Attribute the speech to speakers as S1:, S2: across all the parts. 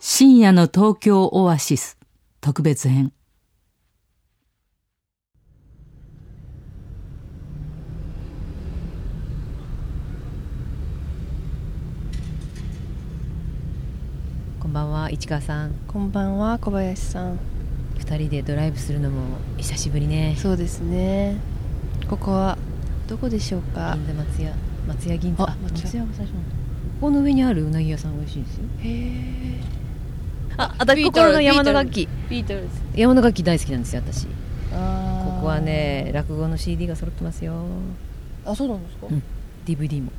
S1: 深夜の東京オアシス特別編
S2: こんばんは市川さん
S3: こんばんは小林さん
S2: 2人でドライブするのも久しぶりね
S3: そうですねここはどこでしょうか
S2: 銀座松屋松屋銀座
S3: あ松屋
S2: も最初なんだここの上にあるうなぎ屋さん美味しいですよ
S3: へえ
S2: あ私
S3: ビー
S2: こ
S3: ト
S2: こ
S3: ルズ
S2: の山の楽器
S3: ビートルズ
S2: 山の楽器大好きなんですよ私こ
S3: あー
S2: こはね落語の CD が揃ってますよ
S3: あそうなんですか、
S2: うん DVD も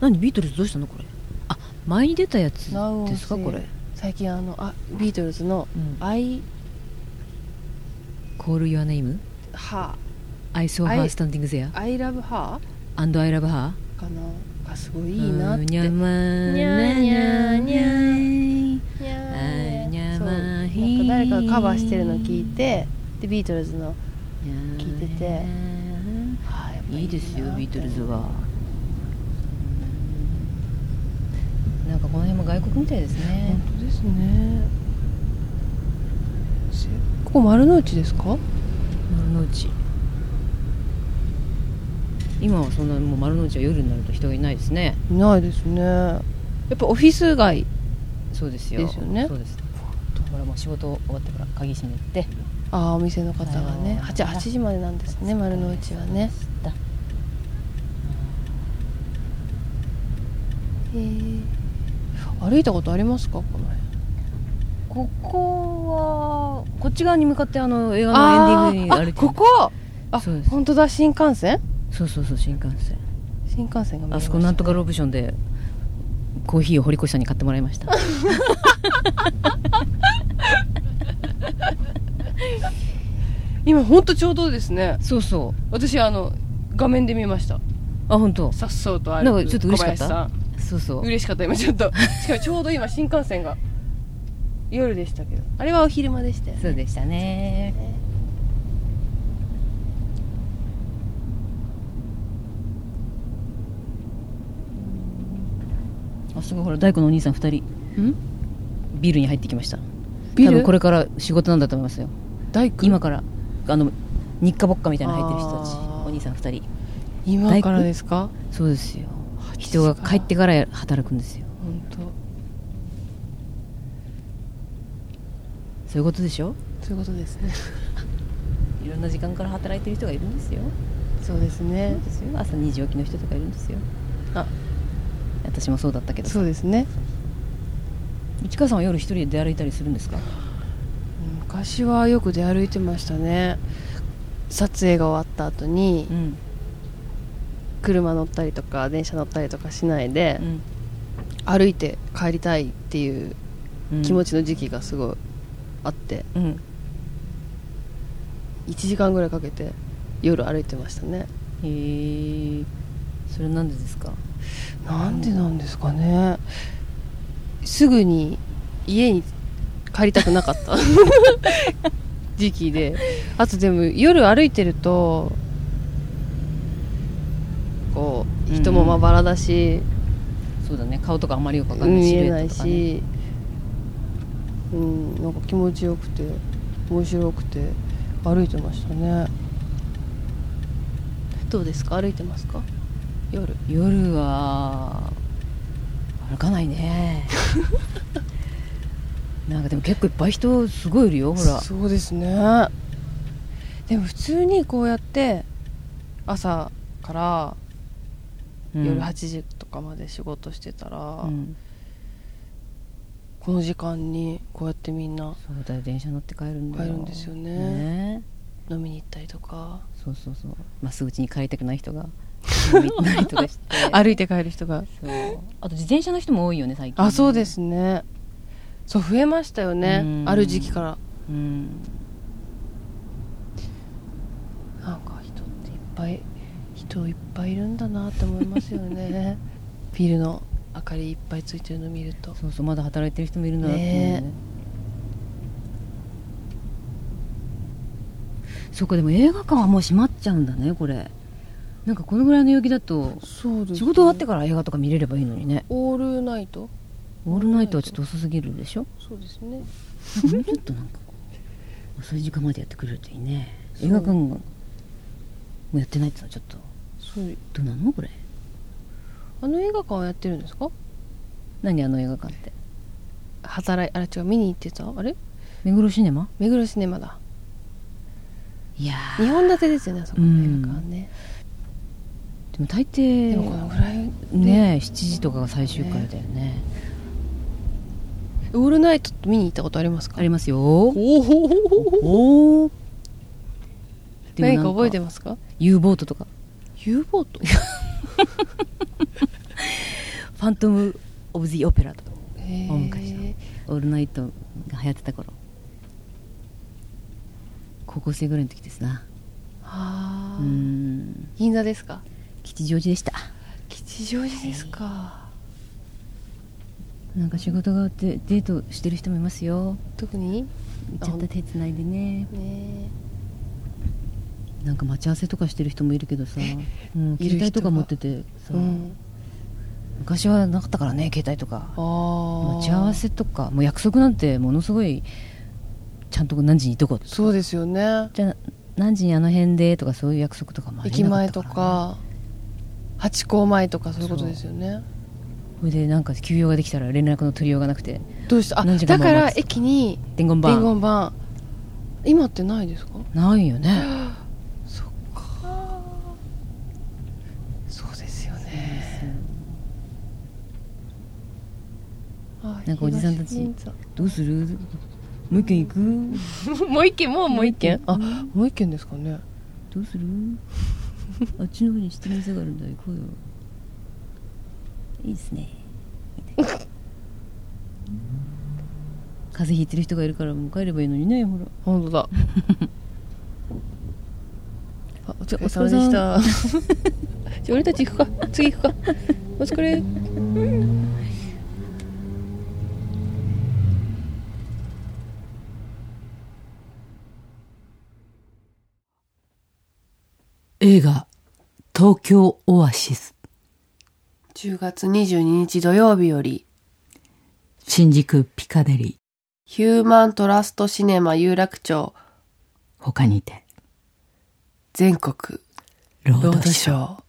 S2: 何ビートルズどうしたのこれあ前に出たやつ
S3: なお
S2: ですか
S3: せ
S2: これ、
S3: 最近あのあビートルズの
S2: うん
S3: 「I
S2: コール・ユア・ネイム
S3: Her
S2: I saw her
S3: I-
S2: standing there
S3: I love her
S2: and I love her
S3: かながすごいいいなって
S2: うにゃまー
S3: にゃーにゃーにゃ
S2: に
S3: ー
S2: あーにゃ
S3: そう
S2: ま
S3: な
S2: あ
S3: んか
S2: ひー
S3: 誰かがカバーしてるの聞いてでビートルズの
S2: ゃー
S3: 聞いててはやっぱ
S2: いいですよ
S3: なって
S2: ビートルズはなんかこの辺も外国みたいですね
S3: 本当ですねせここ丸の内ですか
S2: 丸の内今はそんなもう丸の内は夜になると人がいないですね
S3: いないですねやっぱオフィス街
S2: そうですよ
S3: ですよね
S2: そうですほらもう仕事終わってから鍵閉めて
S3: ああお店の方がね
S2: あー
S3: 8, 8時までなんですね丸の内はね
S2: だ
S3: へー歩いたことありますかこの辺
S2: ここはこっち側に向かってあの映画のエンディングに
S3: あ
S2: 歩い
S3: ーあ
S2: てる
S3: ここあ
S2: そうです
S3: 本当だ新幹線
S2: そうそうそう新幹線
S3: 新幹線が見えま
S2: あ
S3: した
S2: そこなんとかロブションでコーヒーを堀越さんに買ってもらいました
S3: 今本当ちょうどですね
S2: そうそ
S3: 私あの画面で見ました
S2: うあ本当
S3: さっそうと
S2: な
S3: 歩
S2: ん
S3: く
S2: かちょっと
S3: 小
S2: 嬉しかった
S3: 林さん
S2: そうそう
S3: 嬉しかった今ちょっ としかもちょうど今新幹線が夜でしたけどあれはお昼間でしたよね
S2: そうでしたねあすごいほら大工のお兄さん2人
S3: ん
S2: ビルに入ってきました
S3: ビル
S2: 多分これから仕事なんだと思いますよ
S3: 大工
S2: 今からあの日課ぼっかみたいなの入ってる人たち
S3: あー
S2: お兄さん2人
S3: 今からですか
S2: そうですよ人が帰ってから働くんですよ
S3: 本当
S2: そういうことでしょ
S3: そういうことですね
S2: いろんな時間から働いてる人がいるんですよ
S3: そうです
S2: そう
S3: ね
S2: ですよ朝2時起きの人とかいるんですよ
S3: あ
S2: 私もそうだったけど
S3: そうですね
S2: 市川さんは夜一人で出歩いたりするんですか
S3: 昔はよく出歩いてましたね撮影が終わった後に
S2: ん、
S3: 車乗ったりとか電車乗ったりとかしないで
S2: うん
S3: 歩いて帰りたいっていう気持ちの時期がすごいあって
S2: うん
S3: 1時間ぐらいかけて夜歩いてましたね
S2: へえそれなんでですか
S3: なんでなんですかねすぐに家に帰りたくなかった 時期であとでも夜歩いてるとこ
S2: うん
S3: う
S2: うん
S3: 人もまばらだし、
S2: そうだね顔とかあんまりよくわかんない
S3: 見え
S2: シ
S3: な
S2: ルエット
S3: い
S2: とかね
S3: し、うんなんか気持ちよくて面白くて歩いてましたねどうですか歩いてますか夜
S2: 夜は歩かないね なんかでも結構いっぱい人すごいいるよほら
S3: そうですねでも普通にこうやって朝から夜8時とかまで仕事してたら、
S2: うんうん
S3: この時間にこうやってみんな
S2: そうだよ電車乗って帰るんだよ
S3: 帰るんですよね
S2: ね
S3: 飲みに行ったりとか
S2: そうそうそうまっすぐ家に帰りたくない人が 飲み行ったりと かして
S3: 歩いて帰る人が
S2: そうあと自転車の人も多いよね最近
S3: あそうですねそう増えましたよね
S2: うん
S3: ある時期から
S2: うん
S3: なんか人っていっぱい人いっぱいいるんだなって思いますよ ねビルの明かりいっぱいついてるの見ると
S2: そうそうまだ働いてる人もいるんだなって思うね
S3: ね
S2: そうかでも映画館はもう閉まっちゃうんだねこれなんかこのぐらいの陽気だと
S3: そうです、
S2: 仕事終わって
S3: か
S2: から映画とか見れればいいのにね
S3: オールナイト
S2: オールナイトはちょっと遅すぎるでし ょ
S3: そうですね
S2: なんかもうちょっとなんかこう遅い時間までやってくれるといいね映画館がもうやってないってのはちょっと
S3: そう
S2: どうなのこれ
S3: あの映画館はやってるんですか
S2: 何あの映画館って
S3: 働いあれ違う見に行ってたあれ
S2: 目黒シネマ
S3: 目黒シネマだ
S2: いやー
S3: 2本立てですよねあそこの映画館ね、
S2: でも大
S3: でもこの
S2: 抵
S3: ぐらい
S2: ねえ7時とかが最終回だよね
S3: オールナイトって見に行ったことありますか
S2: ありますよお
S3: おお
S2: お
S3: 何か覚えて
S2: ま
S3: ますか
S2: U ボートとか
S3: U ボート
S2: ファントム・オブ・ザ・オペラとか
S3: へー
S2: 大昔のオールナイトが流行ってた頃高校生ぐらいの時ですなう
S3: あー
S2: ん
S3: 銀座ですか
S2: 吉祥寺でした
S3: 吉祥寺ですか
S2: なんか仕事があってデートしてる人もいますよ
S3: 特に
S2: ちょっと手つないでね
S3: ね
S2: なんか待ち合わせとかしてる人もいるけどさ、うん、
S3: いる人が
S2: 携帯とか持っててさ、
S3: うん
S2: 昔はなかったからね携帯とか
S3: ああ
S2: 待ち合わせとかもう約束なんてものすごいちゃんと何時にどことか
S3: そうですよね
S2: じゃあ何時にあの辺でとかそういう約束とかもあり
S3: 駅
S2: なか
S3: 前
S2: った
S3: と
S2: からね、
S3: か八甲前とかそういうことですよね
S2: それでなんか休養ができたら連絡の取りようがなくて
S3: どうしたあ
S2: 何時間
S3: だ
S2: も
S3: から
S2: 待つとか
S3: 駅に
S2: 伝言
S3: 伝
S2: 板
S3: 言板今ってないですか
S2: ないよね
S3: そっかそうですよねあ
S2: なんかおじさんたち
S3: 東銀座
S2: どうするもう一軒行く
S3: もう一軒もうもう一軒
S2: う
S3: あ
S2: ん
S3: もう一軒ですかね
S2: どうする あっちの方に知ってる店があるんだ行こうよいいですね風邪ひいてる人がいるからもう帰ればいいのにねほら
S3: 本当だあお疲れ様で
S2: お疲れ様
S3: したじゃあ俺たち行くか次行くかお疲れ
S1: 映画、東京オアシス、
S3: 10月22日土曜日より
S1: 新宿ピカデリー、
S3: ヒューマントラストシネマ有楽町
S1: 他にて、
S3: 全国
S1: ロ
S3: ロ
S1: ー
S3: ー
S1: ド
S3: ド
S1: シ
S3: シ
S1: ョー。
S3: ョー